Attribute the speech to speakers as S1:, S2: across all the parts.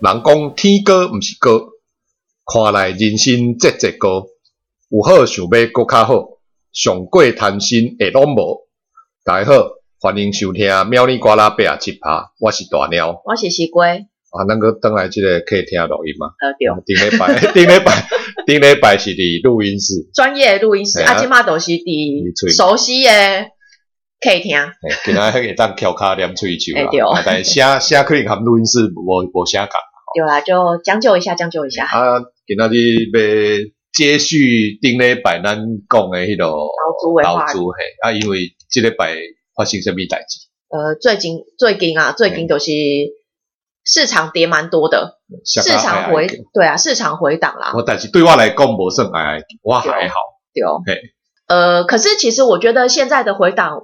S1: 人讲天高毋是高，看来人生节节高，有好想要搁较好，上过贪心会拢无。大家好，欢迎收听《喵哩呱啦八啊七拍》，我是大猫。
S2: 我是西瓜，呃
S1: 啊，咱搁倒来即个客厅录音嘛。
S2: 对，
S1: 顶礼拜，顶礼拜，顶礼拜是伫录音室，
S2: 专业的录音师
S1: 嘿啊
S2: 啊，即马都是
S1: 嘴
S2: 伫熟悉的客厅，
S1: 嘿今仔会当翘骹念喙球
S2: 嘿对
S1: 啦。啊但是声声可能含录音室无无啥共。
S2: 对啦，就将就一下，将就一下。然
S1: 啊，今仔日要接续顶礼拜咱讲的迄落。
S2: 后主委
S1: 投
S2: 话
S1: 资，嘿，啊，因为即礼拜发生什么代志，
S2: 呃，最近最近啊，最近就是市场跌蛮多的，
S1: 市
S2: 市场回对啊，市场回档啦，
S1: 我但是对我来讲无算哎，我还好，
S2: 对哦
S1: 嘿。
S2: 呃，可是其实我觉得现在的回档，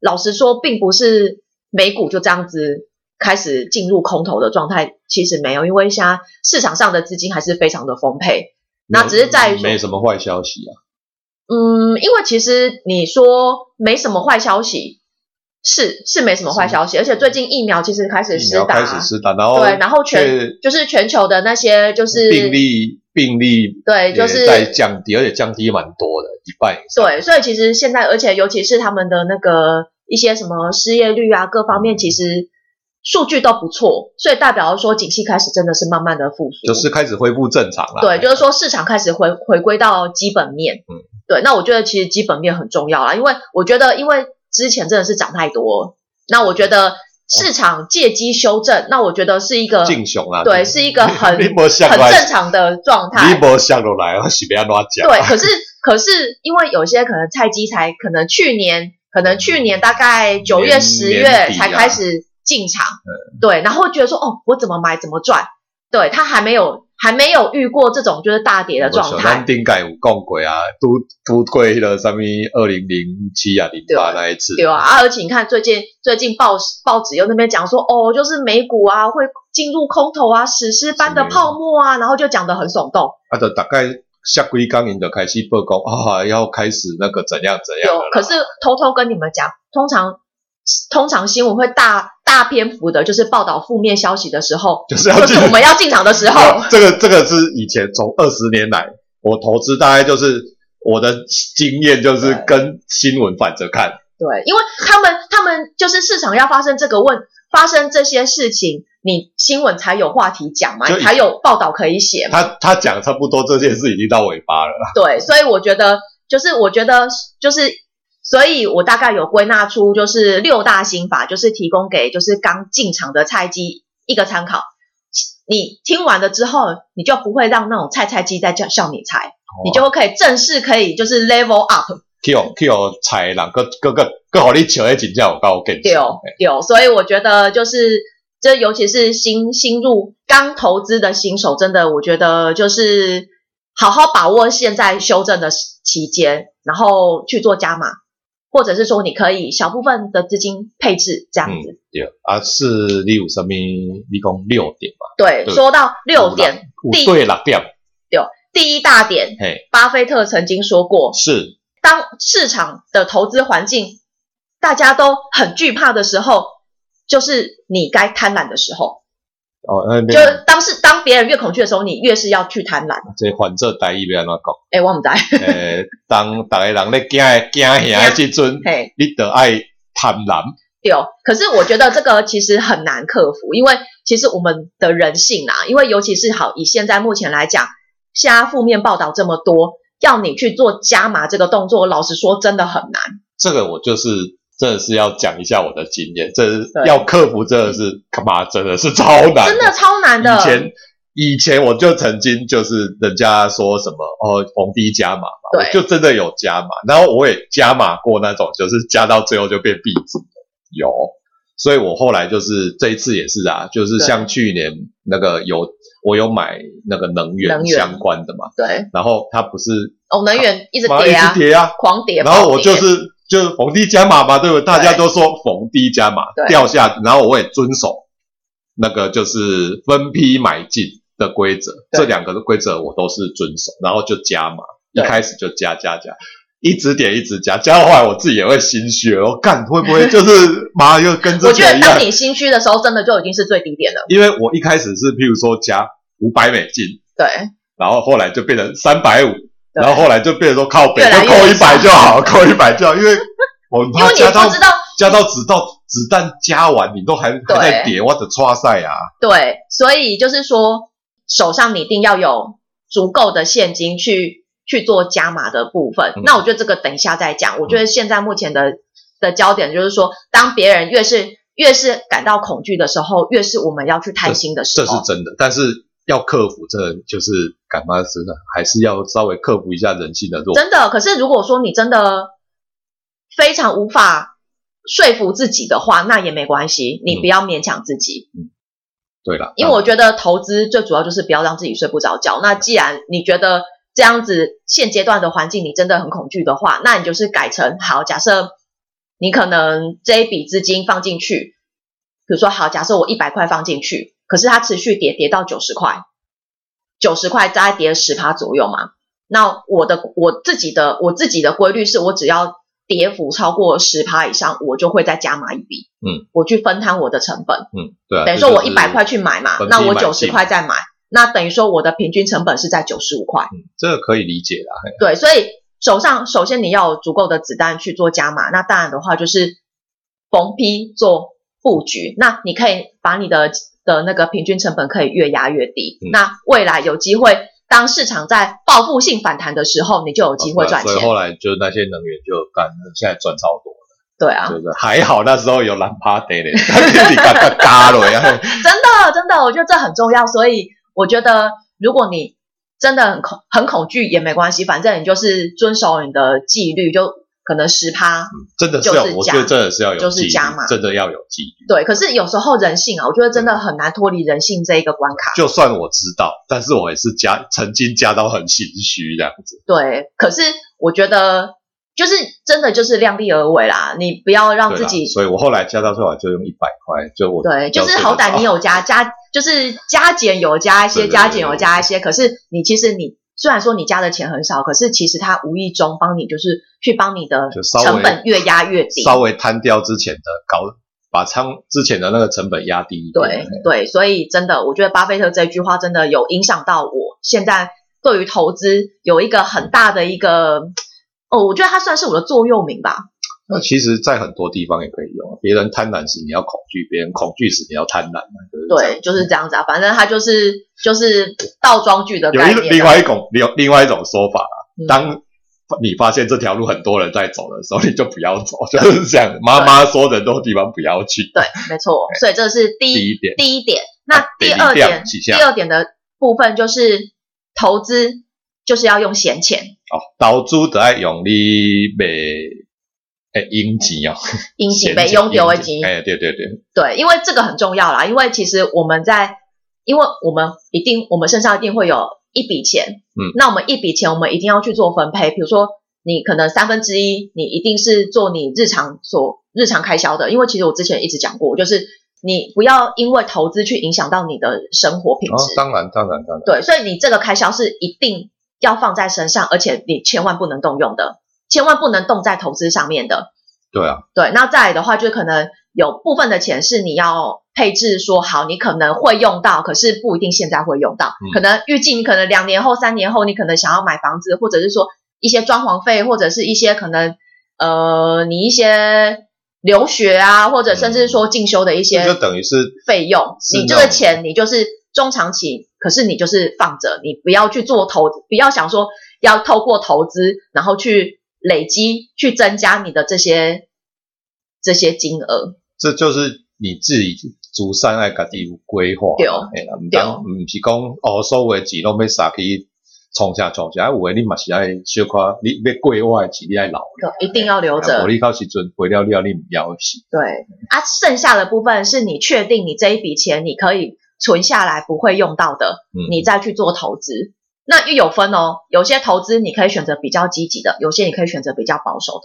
S2: 老实说，并不是美股就这样子开始进入空头的状态，其实没有，因为现在市场上的资金还是非常的丰沛。那
S1: 没
S2: 只是在于说
S1: 没什么坏消息啊，
S2: 嗯，因为其实你说没什么坏消息，是是没什么坏消息，而且最近疫苗其实开始
S1: 疫
S2: 施
S1: 苗
S2: 打，
S1: 开始施打，然后
S2: 对，然后全
S1: 却
S2: 就是全球的那些就是
S1: 病例病例
S2: 对，就
S1: 也在
S2: 是
S1: 降低，而且降低蛮多的，一半以上。
S2: 对，所以其实现在，而且尤其是他们的那个一些什么失业率啊，各方面其实数据都不错，所以代表说景气开始真的是慢慢的复苏，
S1: 就是开始恢复正常了。
S2: 对，就是说市场开始回回归到基本面。
S1: 嗯
S2: 对，那我觉得其实基本面很重要啦，因为我觉得因为之前真的是涨太多了，那我觉得市场借机修正，那我觉得是一个
S1: 敬雄啦。
S2: 对，是一个很
S1: 你
S2: 很
S1: 无想来，
S2: 正常的状态。
S1: 你无想落来，我 是要安怎讲？啊
S2: 对， 可是可是因为有些可能菜鸡才可能去年，可能去年大概九月、
S1: 年
S2: 十
S1: 年
S2: 月
S1: 底啊嗯
S2: 才开始进场，对，然后觉得说哦，我怎么买怎么赚，对他还没有还没有遇过这种就是大跌的状态
S1: 咱，顶届有讲过啊，拄拄过迄个啥物二零零七啊零八那一次，
S2: 对啊，啊而且你看最近最近报报纸又那边讲说哦，就是美股啊会进入空头啊，史诗般的
S1: 是
S2: 泡沫啊，然后就讲得很耸动，
S1: 啊，就大概下几工因就开始报告啊，要开始那个怎样怎样了
S2: 有
S1: 啦。，
S2: 可是偷偷跟你们讲，通常通常新闻会大大篇幅的，就是报道负面消息的时候，
S1: 就是要
S2: 就是我们要进场的时
S1: 然
S2: 候
S1: 后，这个这个是以前从二十年来我投资大概就是我的经验就是
S2: 对
S1: 跟新闻反着看，
S2: 对，因为他们他们就是市场要发生这个问发生这些事情，你新闻才有话题讲嘛，
S1: 就
S2: 你才有报道可以写嘛，
S1: 他他讲差不多这件事已经到尾巴了啦，
S2: 对，所以我觉得就是我觉得就是。所以我大概有归纳出就是六大心法，就是提供给就是刚进场的菜鸡一个参考。你听完了之后，你就不会让那种菜菜鸡再叫笑你菜，你就可以正式可以就是 level up
S1: 去互去互踩人，个个个个互你笑的真正有够见
S2: 对哦对哦，所以我觉得就是这，尤其是新新入刚投资的新手，真的我觉得就是好好把握现在修正的时期间，然后去做加码，或者是说你可以小部分的资金配置这样子。
S1: 对啊，是你有什么？你讲六点嘛？
S2: 对，
S1: 对
S2: 说到六
S1: 有
S2: 点，
S1: 啦，有对六点，
S2: 第一大点，
S1: 嘿，
S2: 巴菲特曾经说过，
S1: 是
S2: 当市场的投资环境大家都很惧怕的时候，就是你该贪婪的时候。
S1: 哦，那
S2: 就
S1: 边
S2: 当是当别人越恐惧的时候，你越是要去贪婪。
S1: 这反正台语要安怎讲？
S2: 哎，我们在，
S1: 诶，呃当大家人咧惊诶惊吓即 阵，
S2: 嘿，
S1: 你得爱贪婪，
S2: 对哦。可是我觉得这个其实很难克服，因为其实我们的人性啊，因为尤其是好以现在目前来讲，现在负面报道这么多，要你去做加码这个动作，老实说真的很难。
S1: 这个我就是真的是要讲一下我的经验，这是
S2: 对
S1: 要克服，真的是他妈真的是超难，啊
S2: 真的超难的。
S1: 以前以前我就曾经就是人家说什么哦逢低加码嘛，
S2: 对
S1: 我就真的有加码，然后我也加码过那种，就是加到最后就变壁纸的有，所以我后来就是这一次也是啊，就是
S2: 对
S1: 像去年那个有我有买那个能源
S2: 能源
S1: 相关的嘛，
S2: 对，
S1: 然后它不是
S2: 哦，能源一直
S1: 妈一
S2: 跌啊
S1: 直，跌啊，
S2: 狂跌。
S1: 然后我
S2: 暴跌
S1: 就是就是逢低加码嘛，对不对？大家都说逢低加码
S2: 对
S1: 掉下，然后我也遵守那个就是分批买进的规则，
S2: 对
S1: 这两个的规则我都是遵守，然后就加码，一
S2: 对
S1: 开始就加加加，一直点一直加，加到后来我自己也会心虚了，我干会不会 就是妈又跟之
S2: 我觉
S1: 前
S2: 得
S1: 一样
S2: 当？你心虚的时候，真的就已经是最低点了。
S1: 因为我一开始是譬如说加五百美金，
S2: 对，
S1: 然后后来就变成三百五，
S2: 对
S1: 然后后来就变成说靠北
S2: 越来
S1: 就
S2: 越
S1: 扣一百
S2: 少
S1: 就好， 扣一百就好，因为我很
S2: 因
S1: 怕
S2: 为你
S1: 加到
S2: 不知道
S1: 加到子弹子弹加完你都还还在点，我的抓赛啊！
S2: 对，所以就是说，手上你一定要有足够的现金去去做加码的部分。
S1: 嗯
S2: 那我觉得这个等一下再讲。我觉得现在目前的的焦点就是说，当别人越是越是感到恐惧的时候，越是我们要去贪心的时
S1: 这是
S2: 候。
S1: 真的，但是要克服，真的就是感冒真的还是要稍微克服一下人性的弱。
S2: 真的。可是如果说你真的非常无法说服自己的话，那也没关系，
S1: 嗯
S2: 你不要勉强自己。
S1: 对了，
S2: 因为我觉得投资最主要就是不要让自己睡不着觉。那既然你觉得这样子现阶段的环境你真的很恐惧的话，那你就是改成好，假设你可能这一笔资金放进去，比如说好，假设我一百块放进去，可是它持续跌跌到九十块，九十块大概跌十趴左右嘛。那我的我自己的我自己的规律是我只要跌幅超过十趴以上，我就会再加码一笔，
S1: 嗯，
S2: 我去分摊我的成本。
S1: 嗯，对啊，
S2: 等于
S1: 这
S2: 说我
S1: 就是
S2: 一百块去买嘛
S1: 本，地
S2: 那我
S1: 买
S2: 九
S1: 进
S2: 十块再买，那等于说我的平均成本是在九十五块。
S1: 这个可以理解啦。嘿
S2: 对，所以手上首先你要有足够的子弹去做加码，那当然的话就是逢批做布局，那你可以把你的的那个平均成本可以越压越低，
S1: 嗯
S2: 那未来有机会当市场在报复性反弹的时候，你就有机会赚
S1: 啊所以
S2: 钱。
S1: 后来就那些能源就干，现在赚超多，
S2: 对啊，
S1: 对不对？还好那时候有蓝趴得嘞， 你嘎嘎嘎哎了呀。
S2: 真的真的，我觉得这很重要。所以我觉得，如果你真的很恐很恐惧也没关系，反正你就是遵守你的纪律，就可能十趴。
S1: 真的是要，
S2: 就是
S1: 我
S2: 加
S1: 觉得真的是要有
S2: 就
S1: 纪
S2: 是
S1: 律
S2: 加嘛，
S1: 真的要有纪律。
S2: 对，可是有时候人性啊，我觉得真的很难脱离人性这一个关 卡。
S1: 就算我知道，但是我也是加，曾经加到很心虚这样子。
S2: 对，可是我觉得就是真的就是量力而为啦，你不要让
S1: 对
S2: 自
S1: 啦
S2: 己
S1: 所以我后来加到最后就用一百块，就我
S2: 对，就
S1: 了
S2: 是
S1: 解
S2: 好
S1: 得
S2: 歹你
S1: 到
S2: 有加加，就是加减有加一
S1: 对
S2: 些，
S1: 对
S2: 加
S1: 对
S2: 减有
S1: 对
S2: 加一些。可是你其实你虽然说你加的钱很少，可是其实它无意中帮你就是去帮你的
S1: 就稍微
S2: 成本越压越低。
S1: 稍微摊掉之前的高，把仓之前的那个成本压低一
S2: 对
S1: 点。
S2: 对，所以真的，我觉得巴菲特这句话真的有影响到我现在对于投资有一个很大的一个哦，我觉得它算是我的座右铭吧。
S1: 那其实，在很多地方也可以用。啊别人贪婪时，你要恐惧；别人恐惧时，你要贪婪嘛。就是这样
S2: 对，就是这样子啊，反正它就是就是倒装句的概念啊。
S1: 有一另外一种另另外一种说法啦
S2: 嗯
S1: 当你发现这条路很多人在走的时候，你就不要走，就是这样。妈妈说人多地方不要去。
S2: 对，没错。所以这是第
S1: 哎第一点
S2: 第一点。那第二
S1: 得
S2: 点
S1: 啊量，几
S2: 第
S1: 下
S2: 二点的部分就是投资就是要用闲钱，
S1: 哦，投资得爱用你买诶银钱哦，
S2: 应急被
S1: 闲
S2: 用丢的
S1: 闲
S2: 金。
S1: 哎，对对对，
S2: 对，因为这个很重要啦。因为其实我们在，因为我们一定，我们身上一定会有一笔钱，
S1: 嗯
S2: 那我们一笔钱，我们一定要去做分配。比如说，你可能三分之一，你一定是做你日常所日常开销的。因为其实我之前一直讲过，就是你不要因为投资去影响到你的生活品
S1: 哦
S2: 质。，
S1: 当然当然当然，
S2: 对，所以你这个开销是一定要放在身上，而且你千万不能动用的，千万不能动在投资上面的。
S1: 对啊，
S2: 对，那再来的话，就是可能有部分的钱是你要配置说好，你可能会用到，可是不一定现在会用到，
S1: 嗯
S2: 可能预计你可能两年后、三年后，你可能想要买房子，或者是说一些装潢费，或者是一些可能呃你一些留学啊，或者甚至说进修的一些、
S1: 这就等于是
S2: 费用，
S1: 是
S2: 你
S1: 那
S2: 这个
S1: 种
S2: 钱你就是中长期，可是你就是放着，你不要去做投，不要想说要透过投资然后去累积去增加你的这些这些金额。
S1: 这就是你自己逐善爱家己有规划
S2: 对
S1: 啦，嘿啦，唔当唔是讲哦，所有的钱拢要撒去创下创下，啊有诶你嘛是爱小可，你要过我诶钱你爱留咧，
S2: 对，一定要留
S1: 啊
S2: 着
S1: 无。你到时阵回了了你唔要死，
S2: 对啊，剩下的部分是你确定你这一笔钱你可以存下来不会用到的，
S1: 嗯
S2: 你再去做投资。那又有分哦，有些投资你可以选择比较积极的，有些你可以选择比较保守的。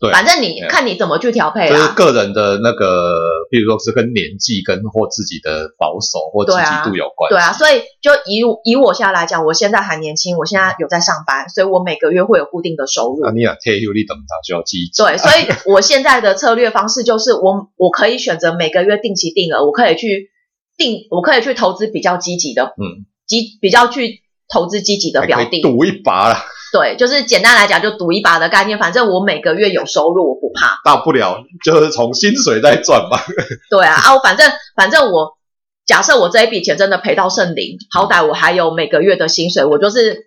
S1: 对
S2: 反正你
S1: 对
S2: 看你怎么去调配
S1: 就是
S2: 啦。
S1: 个人的那个，比如说是跟年纪跟或自己的保守或积
S2: 对啊
S1: 极度有关。
S2: 对啊，所以就以我以我现在来讲，我现在还年轻，我现在有在上班，所以我每个月会有固定的收入。
S1: 啊，你啊退休你等他就要积极。
S2: 对，所以我现在的策略方式就是我我可以选择每个月定期定额，我可以去定，我可以去投资比较积极的，
S1: 嗯，
S2: 积比较去投资积极的
S1: 还可
S2: 标
S1: 以
S2: 的。
S1: 赌一把啦，
S2: 对，就是简单来讲，就赌一把的概念。反正我每个月有收入，我不怕。
S1: 大不了就是从薪水再赚 嘛。
S2: 对啊，啊，我反正反正我假设我这一笔钱真的赔到剩零，好歹我还有每个月的薪水，我就是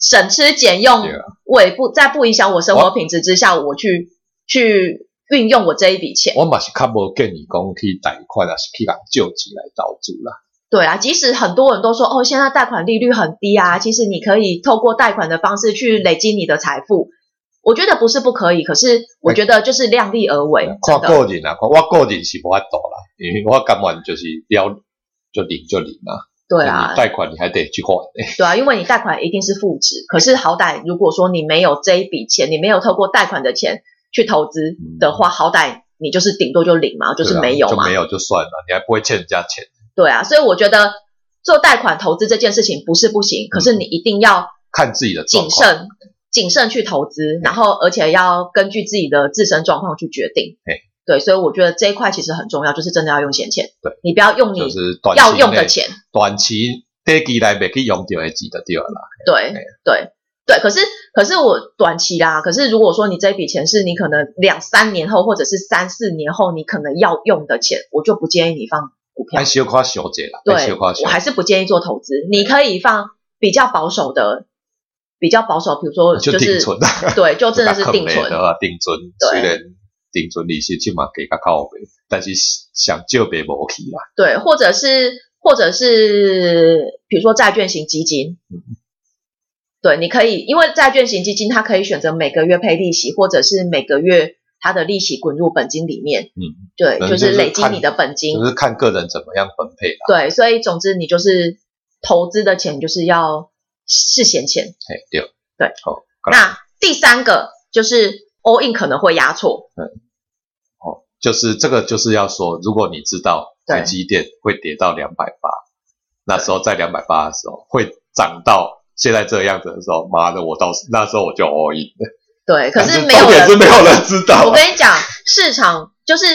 S2: 省吃俭用
S1: 对啊，哦
S2: 我也不在不影响我生活品质之下，我去去运用我这一笔钱。
S1: 我嘛是较无建议讲去贷款啊，是去人借钱来投资啦。
S2: 对啊，即使很多人都说哦，现在贷款利率很低啊，其实你可以透过贷款的方式去累积你的财富。我觉得不是不可以，可是
S1: 哎
S2: 我觉得就是量力而为。
S1: 看
S2: 真的
S1: 个人啊，看我个人是无法度啦，因为我甘愿就是了就零就零啊。
S2: 对啊
S1: 你，贷款你还得去还、
S2: 对啊，因为你贷款一定是负值，可是好歹如果说你没有这一笔钱，你没有透过贷款的钱去投资的话，好歹你就是顶多就零嘛，就
S1: 嗯对
S2: 是
S1: 啊
S2: 没有
S1: 就
S2: 嘛。
S1: 没有就算了，你还不会欠人家钱。
S2: 对啊，所以我觉得做贷款投资这件事情不是不行，可是你一定要
S1: 看自己的嗯状
S2: 谨
S1: 况。
S2: 慎、谨慎去投资，然后而且要根据自己的自身状况去决定
S1: 对。
S2: 对，所以我觉得这一块其实很重要，就是真的要用闲钱。
S1: 对，
S2: 你不要用你
S1: 就是短期
S2: 要用的
S1: 内
S2: 钱。
S1: 短期短期内袂去用到的钱就对了啦。
S2: 对
S1: 对
S2: 对对，可是可是我短期啦，可是如果说你这笔钱是你可能两三年后或者是三四年后你可能要用的钱，我就不建议你放股票
S1: 还。小可小者啦，还
S2: 对，
S1: 小可小
S2: 我。还是不建议做投资。你可以放比较保守的，比较保守，比如说
S1: 就是定存啦，
S2: 对，就真的是
S1: 就较
S2: 定存
S1: 坑的。啊，定存
S2: 对
S1: 虽然定存利息起码给较靠背，但是想借袂无去啦。
S2: 对，或者是或者是比如说债券型基金，
S1: 嗯
S2: 对，你可以因为债券型基金它可以选择每个月配利息，或者是每个月它的利息滚入本金里面，
S1: 嗯，
S2: 对，
S1: 嗯就
S2: 就
S1: 是
S2: 是累积
S1: 看
S2: 你的本金，
S1: 就是看个人怎么样分配啦。
S2: 对，所以总之你就是投资的钱就是要是闲钱。
S1: 嘿，对
S2: 对，
S1: 好，好啦
S2: 那第三个就是 all in 可能会压错，
S1: 哦，就是这个就是要说，如果你知道
S2: 对
S1: 台积电会跌到两百八，那时候在两百八的时候会涨到现在这个样子的时候，妈的，我到时那时候我就 all in 了。
S2: 对，可是
S1: 但
S2: 没有
S1: 重点
S2: 人
S1: 是没有人知道
S2: 我
S1: 啊。
S2: 跟你讲，市场就是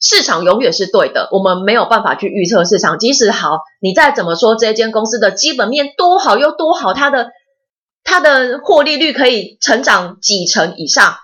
S2: 市场永远是对的，我们没有办法去预测市场。即使好，你再怎么说这间公司的基本面多好又多好，它的它的获利率可以成长几成以上，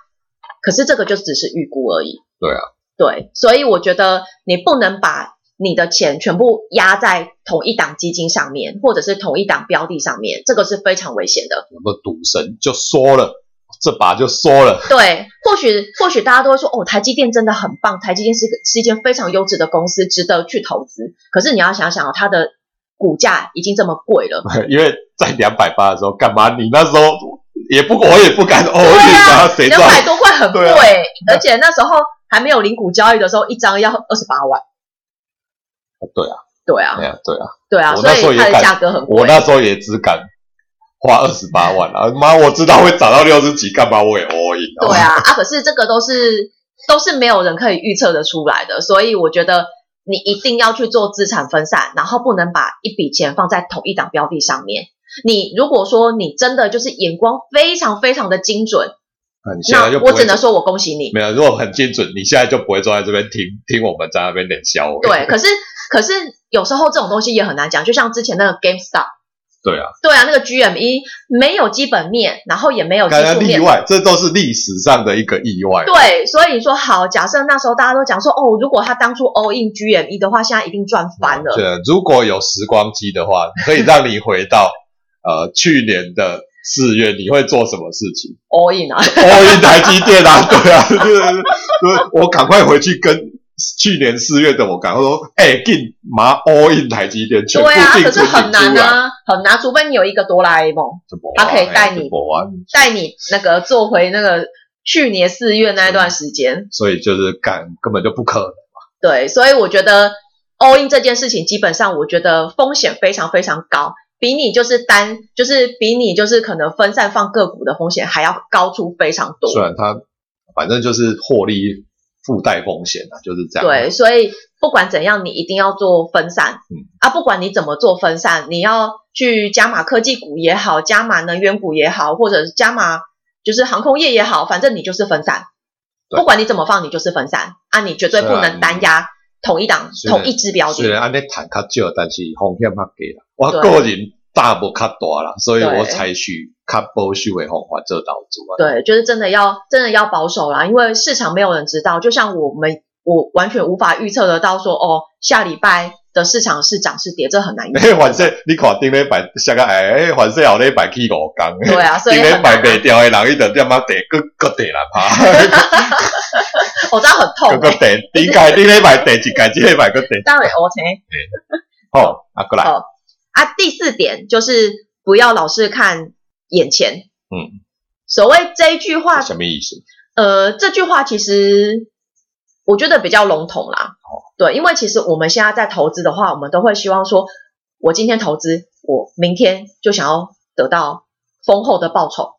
S2: 可是这个就只是预估而已。
S1: 对啊，
S2: 对，所以我觉得你不能把你的钱全部压在同一档基金上面，或者是同一档标的上面，这个是非常危险的。
S1: 我们赌神就说了，这把就说了，
S2: 对，或许或许大家都会说，哦，台积电真的很棒，台积电是一个是一间非常优质的公司，值得去投资。可是你要想想哦，它的股价已经这么贵了，
S1: 因为在两百八的时候，干嘛？你那时候也不，我也不敢 all
S2: 对
S1: in
S2: 啊
S1: 啊，，谁知
S2: 两
S1: 道？
S2: 百多块很贵、
S1: 对啊
S2: 而且那时候还没有零股交易的时候，一张要二十八万。
S1: 对啊，
S2: 对啊
S1: 对，啊，对啊，
S2: 对啊，
S1: 我
S2: 所
S1: 那时候
S2: 以
S1: 也
S2: 它的
S1: 敢
S2: 价格很贵。
S1: 我那时候也只敢花二十八万啊，妈，我知道会涨到六十几，干嘛我也 all in
S2: 对啊，啊，可是这个都是都是没有人可以预测的出来的，所以我觉得你一定要去做资产分散，然后不能把一笔钱放在同一档标的上面。你如果说你真的就是眼光非常非常的精准，
S1: 啊你现在
S2: 那
S1: 就不
S2: 我
S1: 会
S2: 只能说我恭喜你。
S1: 没有，如果很精准，你现在就不会坐在这边听听我们在那边冷笑我。
S2: 对，可是可是有时候这种东西也很难讲，就像之前那个 GameStop，
S1: 对啊，
S2: 对啊，那个 GME 没有基本面，然后也没有技
S1: 刚
S2: 术
S1: 刚例
S2: 面，
S1: 外，这都是历史上的一个意外。
S2: 对，所以你说好，假设那时候大家都讲说，哦，如果他当初 all in GME 的话，现在一定赚翻了。
S1: 对，啊如果有时光机的话，可以让你回到呃去年的四月，你会做什么事情
S2: all in 啊，
S1: ？all in 哦台积电啊， 对啊，就是就是我赶快回去跟去年四月的我赶快说，哎、进麻 all in 台积电，全部
S2: 对啊，
S1: 定
S2: 可是
S1: 存
S2: 很难
S1: 出来，
S2: 啊，很难，除非你有一个哆啦 A 梦，
S1: 怎么
S2: 它可以带你
S1: 啊，
S2: 带你那个做回那个去年四月那一段时间。
S1: 所以就是干根本就不可能。
S2: 对，所以我觉得 all in 这件事情，基本上我觉得风险非常非常高，比你就是单就是比你就是可能分散放个股的风险还要高出非常多。
S1: 虽然它反正就是获利附带风险啊，就是这样。
S2: 对，所以不管怎样，你一定要做分散。
S1: 嗯
S2: 啊，不管你怎么做分散，你要去加码科技股也好，加码能源股也好，或者是加码就是航空业也好，反正你就是分散。
S1: 对
S2: 不管你怎么放，你就是分散啊，你绝对不
S1: 虽然
S2: 能单压同一档、
S1: 虽然
S2: 同一只标
S1: 虽
S2: 的。
S1: 然安尼谈较少，但是风险较低啦。我
S2: 对
S1: 个人大无较大啦，所以
S2: 对
S1: 我采取较保守的方法做投资啊。
S2: 对，就是真的要真的要保守啦，因为市场没有人知道，就像我们我完全无法预测得到说哦，下礼拜的市场是涨是跌，这很 难预测
S1: 嘿，。反正你看顶礼拜下个哎，反正后礼拜去五工，
S2: 对 啊，所以
S1: 顶礼
S2: 很难
S1: 拜卖掉的人，伊就点啊跌，搁搁跌啦趴，
S2: 我知道很痛
S1: 搁搁
S2: 欸，
S1: 跌，顶届顶礼拜跌一届，即礼拜搁跌，
S2: 当然 OK。
S1: 好，啊过来，
S2: 好啊，第四点就是不要老是看眼前。
S1: 嗯，
S2: 所谓这一句话
S1: 什么意思？
S2: 呃，这句话其实我觉得比较笼统啦。
S1: 哦
S2: 对，因为其实我们现在在投资的话，我们都会希望说，我今天投资，我明天就想要得到丰厚的报酬。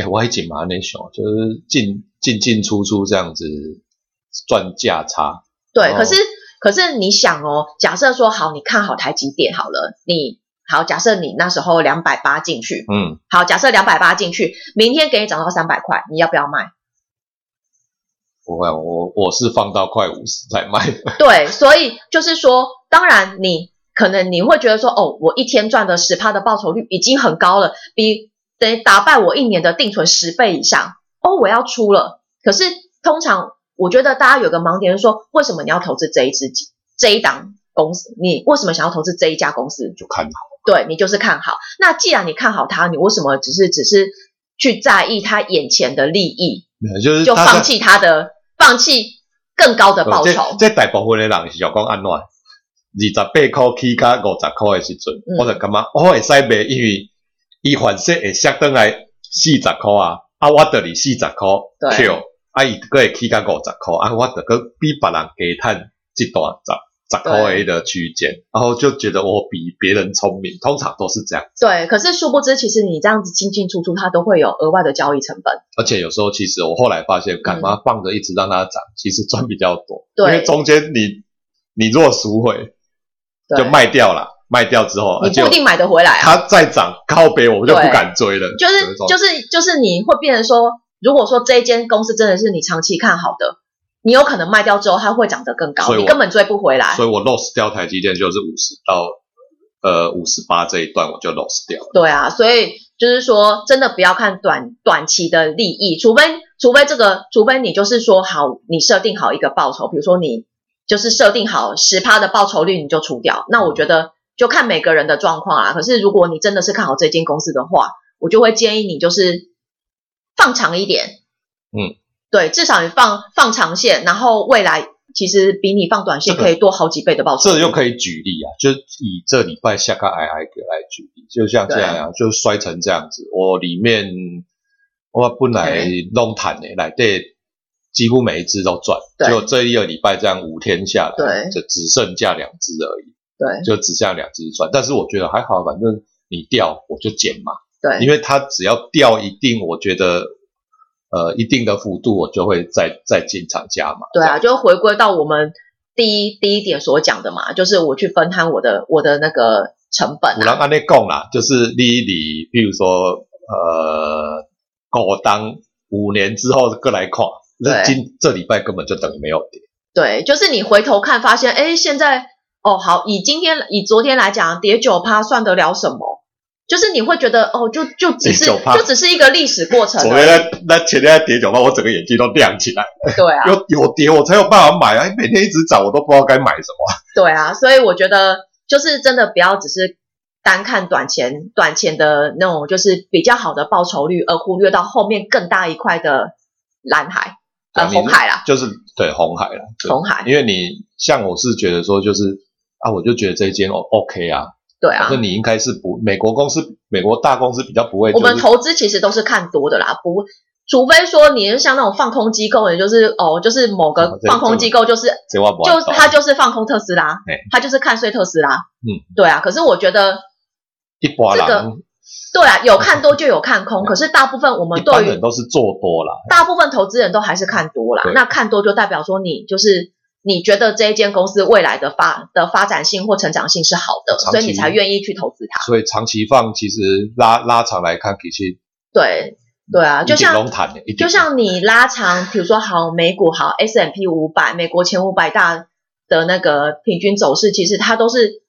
S1: 哎，我还真嘛安尼想，就是进进进出出这样子赚价差，
S2: 对，
S1: 哦
S2: 可是可是你想哦，假设说好，你看好台积电好了，你好，假设你那时候两百八进去，
S1: 嗯，
S2: 好，假设两百八进去，明天给你涨到三百块，你要不要卖？
S1: 不会，我我是放到快五十再卖。
S2: 对，所以就是说，当然你可能你会觉得说，哦，我一天赚的十趴的报酬率已经很高了，比等于打败我一年的定存十倍以上，哦，我要出了。可是通常我觉得大家有个盲点就是说，为什么你要投资这一只这一档公司？你为什么想要投资这一家公司？
S1: 就看好，
S2: 对你就是看好。那既然你看好它，你为什么只是只是去在意它眼前的利益，
S1: 没有就是
S2: 就
S1: 他
S2: 放
S1: 在
S2: 弃它的放弃更高的
S1: 呃
S2: 报酬？
S1: 这这大部分的人是想讲安怎？二十八块起价五十块的时阵，
S2: 嗯
S1: 我就感觉我会使卖，因为伊反正会摔转来四十块啊，啊我得哩四十块
S2: 对
S1: 扣，啊伊个会起价五十块，啊我得个比别人加趁一段十十块的
S2: 对
S1: 一个区间，然后就觉得我比别人聪明，通常都是这样，
S2: 对，可是殊不知，其实你这样子进进出出，它都会有额外的交易成本。
S1: 而且有时候其实我后来发现，干嘛放着一直让它涨，其实赚比较多，
S2: 嗯对
S1: 因为中间你你若赎回。
S2: 对，
S1: 就卖掉了，卖掉之后，
S2: 你不一定买得回来啊。
S1: 它再涨靠北，我们就不敢追了。
S2: 就是
S1: 种
S2: 就是就是你会变成说，如果说这一间公司真的是你长期看好的，你有可能卖掉之后，它会涨得更高，
S1: 所以我
S2: 你根本追不回来
S1: 所。以我 loss 掉台积电就是五十到呃五十八这一段，我就 loss 掉了。
S2: 对啊，所以就是说，真的不要看短短期的利益，除非除非这个，除非你就是说好，你设定好一个报酬，比如说你就是设定好十趴的报酬率，你就除掉。那我觉得就看每个人的状况啦。啊可是如果你真的是看好这间公司的话，我就会建议你就是放长一点，
S1: 嗯，
S2: 对，至少你放放长线，然后未来其实比你放短线
S1: 这个
S2: 可以多好几倍的报酬
S1: 这
S2: 率。
S1: 又可以举例啊，就以这礼拜下个 I I 给来举例，就像这样啊，就摔成这样子。我里面我本来弄坦的，来对，几乎每一只都赚，
S2: 对
S1: 结果这一个礼拜这样五天下来，
S2: 对
S1: 就只剩下两只而已，
S2: 对
S1: 就只剩下两只赚。但是我觉得还好，反正你掉我就减嘛，
S2: 对，
S1: 因为它只要掉一定，我觉得呃一定的幅度，我就会再再进场加码。
S2: 对啊，就回归到我们第一第一点所讲的嘛，就是我去分摊我的我的那个成本
S1: 有人
S2: 啊，
S1: 安尼讲啦，就是你你，比如说呃，股当五年之后过来看，那
S2: 对
S1: 今这礼拜根本就等于没有跌，
S2: 对，就是你回头看发现，哎，现在哦好，以今天以昨天来讲，跌九趴算得了什么？就是你会觉得哦，就就只是
S1: 跌9%
S2: 就只是一个历史过程
S1: 昨
S2: 而
S1: 天
S2: 已，
S1: 那那前天在跌九八，我整个眼睛都亮起来，
S2: 对啊，
S1: 有有跌我才有办法买啊，每天一直涨，我都不知道该买什么。
S2: 对啊，所以我觉得就是真的不要只是单看短钱短钱的那种就是比较好的报酬率，而忽略到后面更大一块的蓝海呃
S1: 对啊
S2: 红海 啦，
S1: 就是对红海啦，对
S2: 红海，
S1: 因为你像我是觉得说就是啊，我就觉得这一间 O OK 啊，
S2: 对啊
S1: 那、，你应该是不美国公司美国大公司比较不会、就
S2: 我
S1: 是，
S2: 们投资其实都是看多的啦，不，除非说你是像那种放空机构，也就是哦，就是某
S1: 哦
S2: 个
S1: 对
S2: 放空机构，就是
S1: 这我不知道
S2: 就是他就是放空特斯拉
S1: 对，
S2: 他就是看衰特斯拉，
S1: 嗯，
S2: 对啊。可是我觉得
S1: 一般
S2: 这
S1: 人、
S2: 个对啊，有看多就有看
S1: 嗯
S2: 空，可是大部分我
S3: 一
S2: 们
S3: 般
S2: 对
S3: 人
S2: 于
S3: 都是做多啦，
S2: 大部分投资人都还是看多啦
S1: 对。
S2: 那看多就代表说你就是你觉得这一间公司未来的发的发展性或成长性是好的，
S1: 长期
S2: 所以你才愿意去投资它。
S1: 所以长期放其实拉拉长来看，其实
S2: 对对啊，就
S1: 一点拢
S2: 像
S1: 谈的，一点
S2: 就像你拉长，比如说好美股好 S M P 五百，美国前五百大的那个平均走势，其实它都是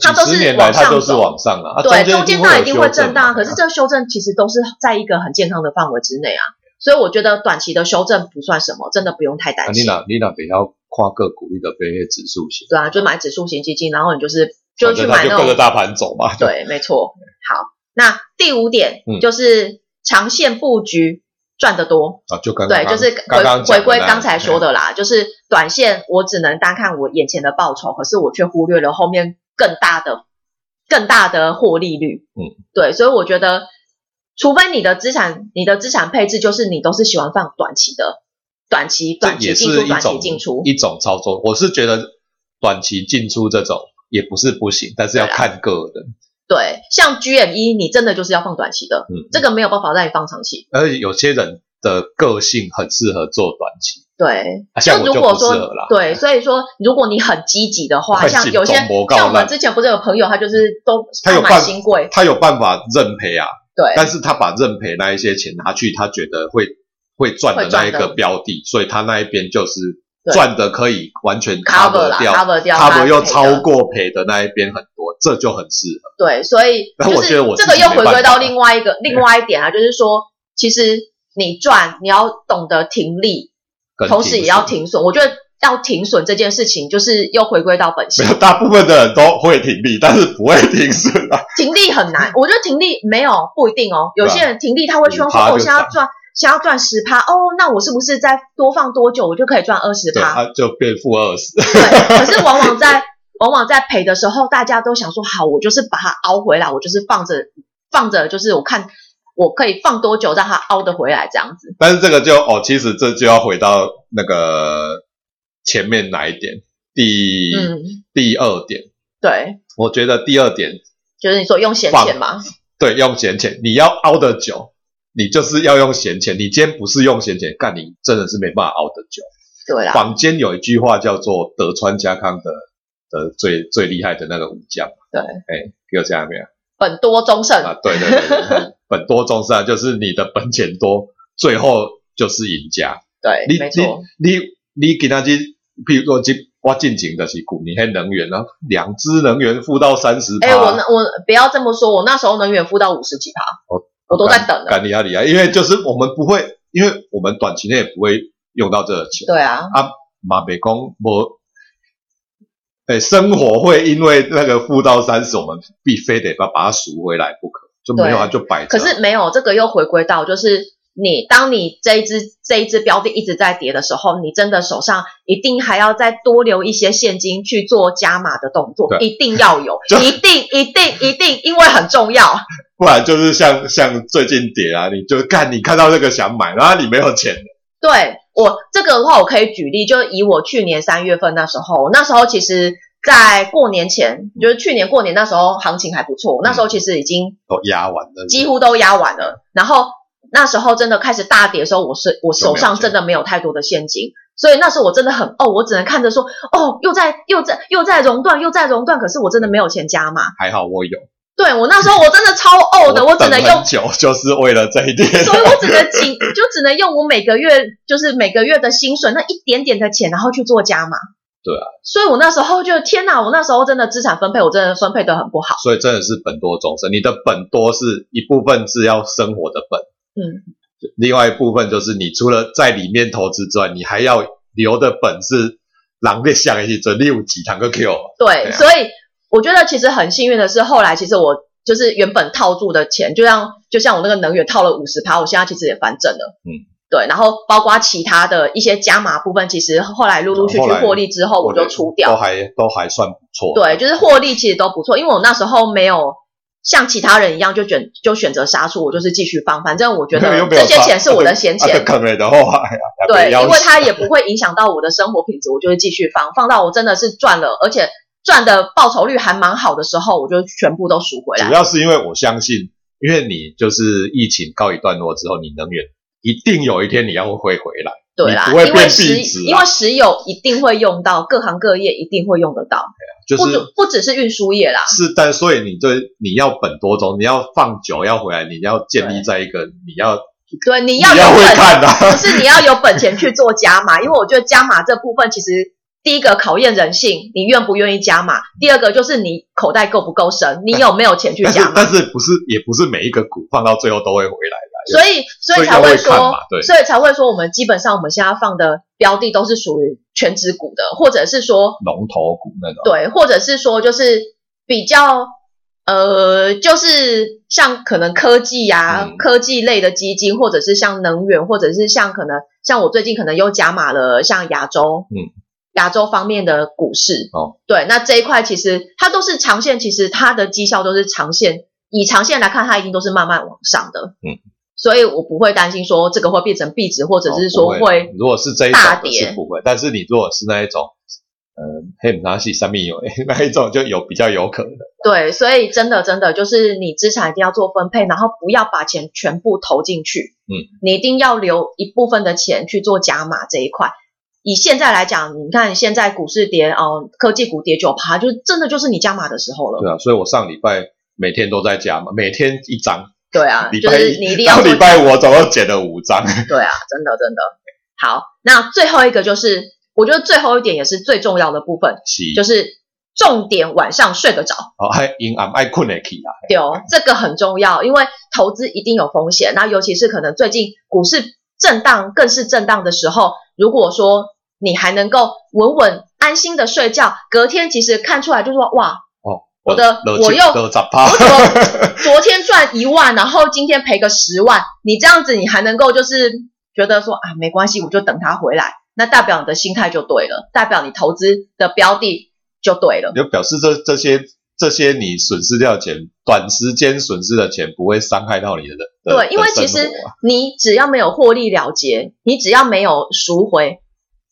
S2: 它都
S1: 几十
S2: 是
S1: 年来它都
S2: 往上
S1: 是
S2: 走
S1: 往上啊，啊
S2: 对，
S1: 中
S2: 中
S1: 间
S2: 间当然一定
S1: 定
S2: 会
S1: 震
S2: 震荡，可是这个修正其实都是在一个很健康的范围之内啊，所以我觉得短期的修正不算什么，真的不用太
S1: 啊，
S2: 担
S1: 你
S2: 心。
S1: 哪你哪比较跨个股，你的被那指数型，
S2: 对啊，就买指数型基金，然后你就是就
S1: 反
S2: 去
S1: 正它
S2: 买
S1: 就
S2: 那
S1: 跟着
S2: 种
S1: 大盘走嘛。
S2: 对，没错。好，那第五点
S1: 嗯
S2: 就是长线布局赚得多，
S1: 啊，就刚刚
S2: 对，就是
S1: 刚刚讲
S2: 回回
S1: 的
S2: 归
S1: 那嗯
S2: 刚才说
S1: 嘿
S2: 的啦，就是短线我只能单看我眼前的报酬，可是我却忽略了后面更大的、更大的获利率。
S1: 嗯，
S2: 对，所以我觉得，除非你的资产、你的资产配置就是你都是喜欢放短期的、短期、
S1: 这
S2: 短期
S1: 也
S2: 进
S1: 是
S2: 出、
S1: 一
S2: 短期
S1: 种
S2: 进出。
S1: 一种操作。我是觉得短期进出这种也不是不行，但是要
S2: 对啊
S1: 看个人。
S2: 对，像 GME，你真的就是要放短期的，
S1: 嗯，
S2: 这个没有办法让你放长期。
S1: 而且有些人的个性很适合做短期，
S2: 对，
S1: 啊像我
S2: 如
S1: 就
S2: 果
S1: 不适
S2: 说
S1: 合啦。
S2: 对，所以说如果你很积极的话，
S1: 快
S2: 像
S1: 进
S2: 有些
S1: 攻魔告
S2: 像我们
S1: 烂
S2: 之前不是有朋友，他就是都
S1: 他有
S2: 买
S1: 办
S2: 新贵，
S1: 他有办法认赔啊，
S2: 对，
S1: 但是他把认赔那一些钱拿去，他觉得会会赚的
S2: 会赚
S1: 那一个
S2: 的
S1: 标的，所以他那一边就是
S2: 对
S1: 赚的可以完全
S2: cover 啦
S1: 掉
S2: cover 掉它
S1: ，cover 又
S2: 赔的
S1: 超过赔的那一边很多，这就很适合。
S2: 对，所以
S1: 但
S2: 就
S1: 我
S2: 是
S1: 觉得我
S2: 这
S1: 自
S2: 个
S1: 己
S2: 又
S1: 没
S2: 回
S1: 办
S2: 归到
S1: 法
S2: 另外一 个另外一点啊，就是说，其实你赚你要懂得停利，
S1: 跟
S2: 同时也要
S1: 停
S2: 停损。我觉得要停损这件事情，就是又回归到本
S1: 损。
S2: 性
S1: 没。有，大部分的人都会停利，但是不会停损 啊。
S2: 停利很难，我觉得停利没有不一定哦。有
S1: 对啊
S2: 些人停利他会希望说，
S1: 5%
S2: 哦
S1: 就
S2: 我现在要
S1: 涨
S2: 赚，想要赚十趴，哦，那我是不是再多放多久，我就可以赚二十
S1: 对，
S2: 趴？
S1: 他就变负二十。
S2: 对，可是往往在 往往在赔的时候，大家都想说，好，我就是把它熬回来，我就是放着放着，就是我看我可以放多久让它熬得回来这样子。
S1: 但是这个就哦，其实这就要回到那个前面哪一点？第、
S2: 嗯，
S1: 第二点，
S2: 对，
S1: 我觉得第二点
S2: 就是你说用闲钱嘛，
S1: 对，用闲钱，你要熬得久，你就是要用闲钱。你今天不是用闲钱干，你真的是没办法熬得久。
S2: 对啦，
S1: 坊间有一句话叫做“德川家康的的最最厉害的那个武将”，
S2: 对
S1: 哎，有这样没有？
S2: 本多终胜，
S1: 啊，对对对对对，本多众善就是你的本钱多，最后就是赢家。
S2: 对
S1: 你，啊
S2: 没错，
S1: 你你你给他去，譬如说去挖进行的是股，你还能源啊，两支能源负到三十，
S2: 哎，我那我不要这么说，我那时候能远付到五十几趴
S1: 我，
S2: 我都在等了。
S1: 干你啊你啊，因为就是我们不会，因为我们短期内也不会用到这个钱，
S2: 对啊，
S1: 马北公我。哎，生活会因为那个负到三十，我们必非得把把它赎回来不可，就没有啊，
S2: 对
S1: 就摆着。
S2: 可是没有，这个又回归到就是你当你这一只这一只标的一直在跌的时候，你真的手上一定还要再多留一些现金去做加码的动作，
S1: 对
S2: 一定要有
S1: 就，
S2: 一定一定一定，因为很重要。
S1: 不然就是像像最近跌啊，你就看你看到这个想买，然后你没有钱，
S2: 对我这个的话，我可以举例，就以我去年三月份那时候，那时候其实。在过年前，就是去年过年那时候行情还不错，那时候其实已经
S1: 都压完了，
S2: 几乎都压完了。然后那时候真的开始大跌的时候，我是我
S1: 就没
S2: 手
S1: 有
S2: 上
S1: 钱
S2: 真的没有太多的现金，所以那时候我真的很哦，我只能看着说哦，又在又在又在熔断，又在熔断，可是我真的没有钱加码。
S1: 还好我有，
S2: 对我那时候我真的超呕的，我只
S1: 等
S2: 能
S1: 很
S2: 用。
S1: 久，就是为了这一点。
S2: 所以我只能仅就只能用我每个月就是每个月的薪水那一点点的钱，然后去做加码。
S1: 对啊。
S2: 所以我那时候就天哪，我那时候真的资产分配，我真的分配的很不好。
S1: 所以真的是本多终身，你的本多是一部分是要生活的本，
S2: 嗯，
S1: 另外一部分就是你除了在里面投资之外，你还要留的本是狼的下一这六几堂个 Q，对
S2: 对，
S1: 啊
S2: 所以我觉得其实很幸运的是，后来其实我就是原本套住的钱，就像就像我那个能源套了五十趴，我现在其实也翻正了。
S1: 嗯，
S2: 对，然后包括其他的一些加码部分，其实后来陆陆续
S1: 哦后
S2: 续
S1: 来哦
S2: 获利之哦后，我就出
S1: 都
S2: 掉。
S1: 还都还算不错。
S2: 对，就是获利其实都不错，因为我那时候没有。像其他人一样就选就选择杀出，我就是继续放，反正我觉得
S1: 因为 又没有
S2: 这些
S1: 赚
S2: 钱是我的闲
S1: 啊
S2: 钱，
S1: 这坑了的话，哎呀
S2: 对，
S1: 要
S2: 因为它也不会影响到我的生活品质，我就会继续放，放到我真的是赚了，而且赚的报酬率还蛮好的时候，我就全部都赎回
S1: 主
S2: 来。
S1: 要是因为我相信，因为你就是疫情告一段落之后，你能源一定有一天你要会回来，
S2: 对啦，
S1: 你不会
S2: 因为
S1: 变
S2: 石
S1: 壁纸啊
S2: 因为石油一定会用到，各行各业一定会用得到，
S1: 就
S2: 不
S1: 是
S2: 只不只是运输业啦，
S1: 是，但所以你对你要本多中，你要放久要回来，你要建立在一个你要
S2: 对，你
S1: 你
S2: 要有
S1: 要会
S2: 本
S1: 看啊的、
S2: 不是你要有本钱去做加码，因为我觉得加码这部分其实第一个考验人性，你愿不愿意加码；第二个就是你口袋够不够深，你有没有钱去
S1: 但是
S2: 加码。
S1: 但是不是也不是每一个股放到最后都会回来的，
S2: 所以，所以才
S1: 所以要会
S2: 说
S1: 看嘛，对
S2: 所以才会说，我们基本上我们现在放的标的都是属于全指股的，或者是说，
S1: 龙头股那种。
S2: 对，或者是说就是比较呃，就是像可能科技呀、
S1: 嗯
S2: 科技类的基金，或者是像能源，或者是像可能像我最近可能又加码了像亚洲，
S1: 嗯，
S2: 亚洲方面的股市。
S1: 哦，
S2: 对，那这一块其实它都是长线，其实它的绩效都是长线，以长线来看，它一定都是慢慢往上的。
S1: 嗯，
S2: 所以我不会担心说这个会变成壁纸，或者是说
S1: 哦不
S2: 会。
S1: 如果是这一种
S2: 大
S1: 的
S2: 跌
S1: 是不会，但是你如果是那一种，嗯，黑姆纳系三米有 那一种就有比较有可能。
S2: 对，所以真的真的就是你资产一定要做分配，然后不要把钱全部投进去。
S1: 嗯，
S2: 你一定要留一部分的钱去做加码这一块。以现在来讲，你看现在股市跌哦，科技股跌九趴，就是真的就是你加码的时候了。
S1: 对啊，所以我上礼拜每天都在加嘛，每天一张，
S2: 对啊，
S1: 礼
S2: 就
S1: 拜
S2: 是你一定要
S1: 到
S2: 做
S1: 礼拜五我总共减了五张。
S2: 对啊，真的真的。好，那最后一个就是，我觉得最后一点也是最重要的部分，
S1: 是，
S2: 就是重点晚上睡得着。
S1: 哦，爱阴暗爱困得起啦。
S2: 对哦，这个很重要，因为投资一定有风险。那尤其是可能最近股市震荡，更是震荡的时候，如果说你还能够稳稳安心的睡觉，隔天其实看出来就说哇，我的我又
S1: 都砸
S2: 我怎么昨天赚一万，然后今天赔个十万，你这样子你还能够就是觉得说啊没关系，我就等他回来，那代表你的心态就对了，代表你投资的标的就对了。
S1: 就表示这这些这些你损失掉的钱，短时间损失的钱不会伤害到你的人。的
S2: 对，因为
S1: 的
S2: 其
S1: 生
S2: 实
S1: 活啊
S2: 你只要没有获利了结，你只要没有赎回，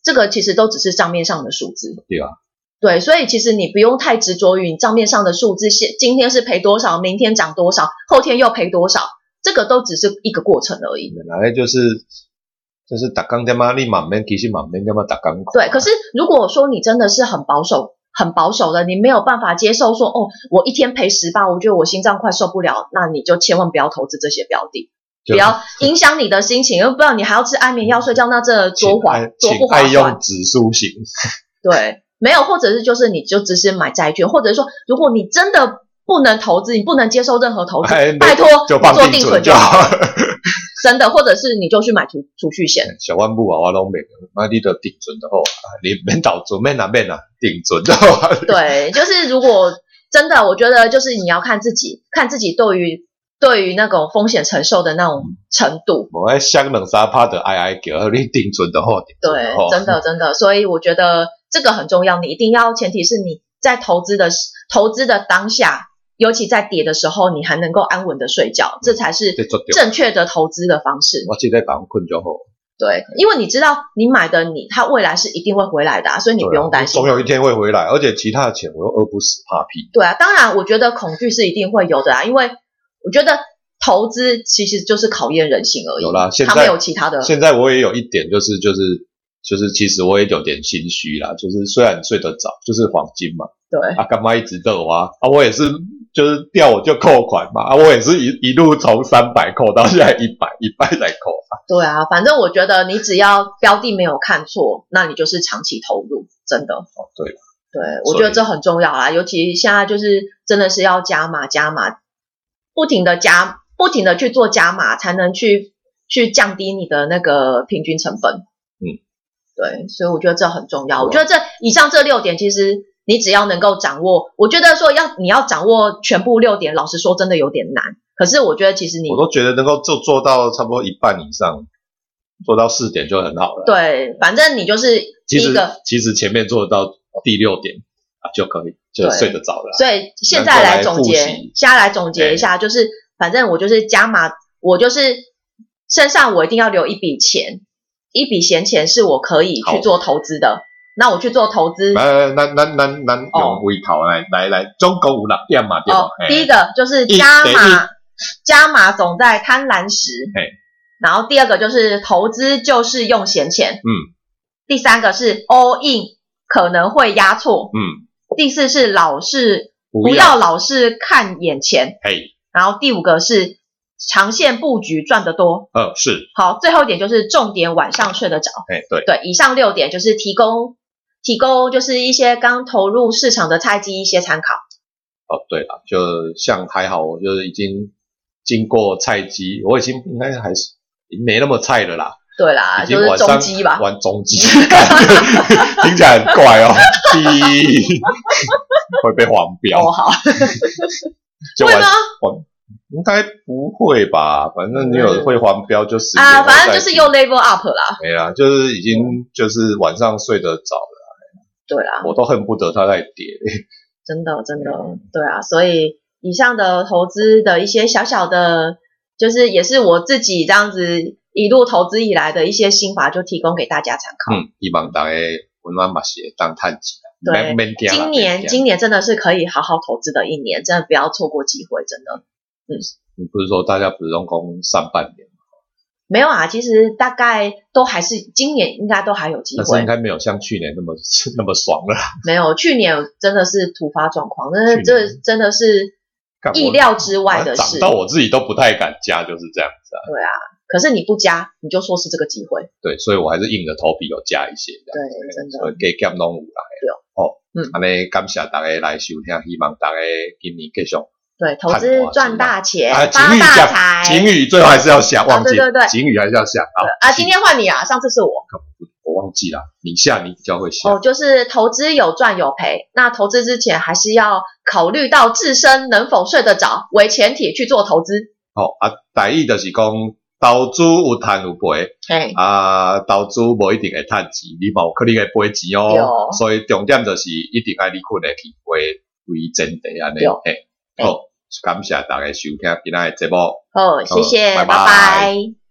S2: 这个其实都只是账面上的数字。
S1: 对啊，
S2: 对，所以其实你不用太执着于你账面上的数字，现今天是赔多少，明天涨多少，后天又赔多少，这个都只是一个过程而已。
S1: 本来就是就是打钢他妈你满面，其实满面他妈打钢
S2: 对，可是如果说你真的是很保守、很保守的，你没有办法接受说哦，我一天赔十八，我觉得我心脏快受不了，那你就千万不要投资这些标的，
S1: 就
S2: 不要影响你的心情，又不然你还要吃安眠药睡觉，那这
S1: 请
S2: 多划
S1: 爱
S2: 多不
S1: 请
S2: 划
S1: 爱
S2: 算
S1: 用。指数型，
S2: 对，没有，或者是就是你就只是买债券，或者是说如果你真的不能投资，你不能接受任何投 资，
S1: 哎没
S2: 拜托
S1: 就
S2: 你
S1: 放
S2: 做
S1: 定
S2: 存
S1: 存
S2: 就
S1: 就
S2: 好
S1: 好
S2: 了，真的，或者是你就去买储储蓄险。
S1: 小万步啊，我拢免，那你就定存就好啊，你免倒存，免啊免啊，定存就好啊。
S2: 对，就是如果真的，我觉得就是你要看自己，看自己对于对于那种风险承受的那种程度。
S1: 我爱香两三趴的爱爱叫，你定存就好，定存
S2: 对
S1: 就好，。
S2: 真的真的，所以我觉得这个很重要，你一定要前提是你在投资的时投资的当下，尤其在跌的时候，你还能够安稳的睡觉，这才是
S1: 这绝对
S2: 正确的投资的方式。
S1: 我即个房困就好。
S2: 对，因为你知道你买的你，它未来是一定会回来的、啊，所以你不用担心
S1: 总。有一天会回来，而且其他的钱我又饿不死怕屁。
S2: 对啊，当然，我觉得恐惧是一定会有的啊，因为我觉得投资其实就是考验人性而已。
S1: 有啦现
S2: 它没
S1: 在
S2: 有其他的。
S1: 现在我也有一点，就是就是就是，其实我也有点心虚啦。就是虽然睡得着，就是黄金嘛，
S2: 对
S1: 啊，干妈一直都啊，啊，我也是就是掉我就扣款嘛，啊，我也是一一路从三百扣到现在一百一百再扣，
S2: 对啊，反正我觉得你只要标的没有看错，那你就是长期投入，真的。
S1: 哦，对了，
S2: 对，我觉得
S1: 所以
S2: 这很重要啦，尤其现在就是真的是要加码加码，不停的加，不停的去做加码，才能去去降低你的那个平均成本。
S1: 嗯，
S2: 对，所以我觉得这很重要。
S1: 好啊
S2: 我觉得这以上这六点，其实你只要能够掌握，我觉得说要你要掌握全部六点，老实说真的有点难。可是我觉得其实你
S1: 我都觉得能够就做到差不多一半以上，做到四点就很好了。，
S2: 对，反正你就是第
S1: 其
S2: 一
S1: 实
S2: 个。
S1: 其实前面做到第六点啊就可以，就
S2: 对
S1: 睡得着了啦。
S2: 所以现在来总结
S1: 能够来复习，
S2: 现在来总结一下，就是反正我就是加码，我就是身上我一定要留一笔钱，一笔闲钱是我可以去
S1: 好
S2: 做投资的。那我去做投资，
S1: 来咱咱咱咱
S2: 哦
S1: 用回头来来来，总共有六点嘛，对吧
S2: 哦？，第一个就是
S1: 哎一
S2: 加
S1: 等于
S2: 码加码总在贪婪时。
S1: 嘿
S2: 然后第二个就是投资就是用闲钱。
S1: 嗯。
S2: 第三个是 all in 可能会压错。
S1: 嗯，
S2: 第四是老是
S1: 不
S2: 不
S1: 要
S2: 要老是看眼前。
S1: 嘿，
S2: 然后第五个是长线布局赚得多。
S1: 呃，是，
S2: 好，最后一点就是重点晚上睡得着。
S1: 哎，对，
S2: 对，以上六点就是提供提供就是一些刚投入市场的菜鸡一些参考。
S1: 哦，对了，就像还好，我就是已经经过菜鸡，我已经应该还是没那么菜了啦，
S2: 对啦，
S1: 已
S2: 啊就
S1: 经
S2: 是
S1: 晚
S2: 中
S1: 上
S2: 鸡吧。
S1: 玩中 鸡，听起来很怪哦， 鸡会被黄标，
S2: 哦，好，
S1: 就
S2: 会
S1: 玩
S2: 吗？
S1: 应该不会吧？反正你有会黄标就十
S2: 嗯啊，
S1: 年后
S2: 反正
S1: 再
S2: 就是又 level up 啦。
S1: 没啦，啊就是已经就是晚上睡得着了，
S2: 对啦，
S1: 我都恨不得它在跌。
S2: 真的真的，对啊，所以以上的投资的一些小小的，就是也是我自己这样子一路投资以来的一些心法，就提供给大家参考。
S1: 嗯，希望大家文安把鞋当探钱，
S2: 对
S1: 免免惊啦
S2: 今年
S1: 免惊
S2: 今年真的是可以好好投资的一年，真的不要错过机会，真的。
S1: 你不是说大家不是用工上半年，
S2: 没有啊，其实大概都还是今年应该都还有机
S1: 但是
S2: 会
S1: 应，该没有像去年那么 那么爽了。
S2: 没有去年真的是突发状况，但是
S1: 去年
S2: 这真的是
S1: 干我
S2: 意料之外的事
S1: 涨。到我自己都不太敢加，就是这样子啊。
S2: 对啊，可是你不加，你就说是这个机会。
S1: 对，所以我还是硬着头皮有加一些。
S2: 对，真的。
S1: 给减拢有啦。
S2: 对
S1: 哦，
S2: 嗯
S1: 安尼感谢大家来收听，希望大家今年继续。
S2: 对，投
S1: 看
S2: 资
S1: 我啊
S2: 赚
S1: 行
S2: 大钱，
S1: 啊，
S2: 发
S1: 警语
S2: 大
S1: 讲，
S2: 财
S1: 警。语最后还是要想，忘记
S2: 哎啊对对对
S1: 警语还是要想啊
S2: 啊，今天换你啊，上次是我。
S1: 我忘记了，你下你比较会写。
S2: 哦，就是投资有赚有赔，那投资之前还是要考虑到自身能否睡得着为前提去做投资。
S1: 哦啊，大意就是讲投资有赚有赔，
S2: 嘿，
S1: 啊，投资无一定会赚钱，你嘛有可能会赔钱
S2: 对
S1: 哦
S2: 哦。
S1: 所以重点就是一定爱你困会去为为前提安尼
S2: 对。哦
S1: 嘿，好，感谢大家收听今仔的节目。
S2: 哦，谢谢，
S1: 拜拜
S2: 拜拜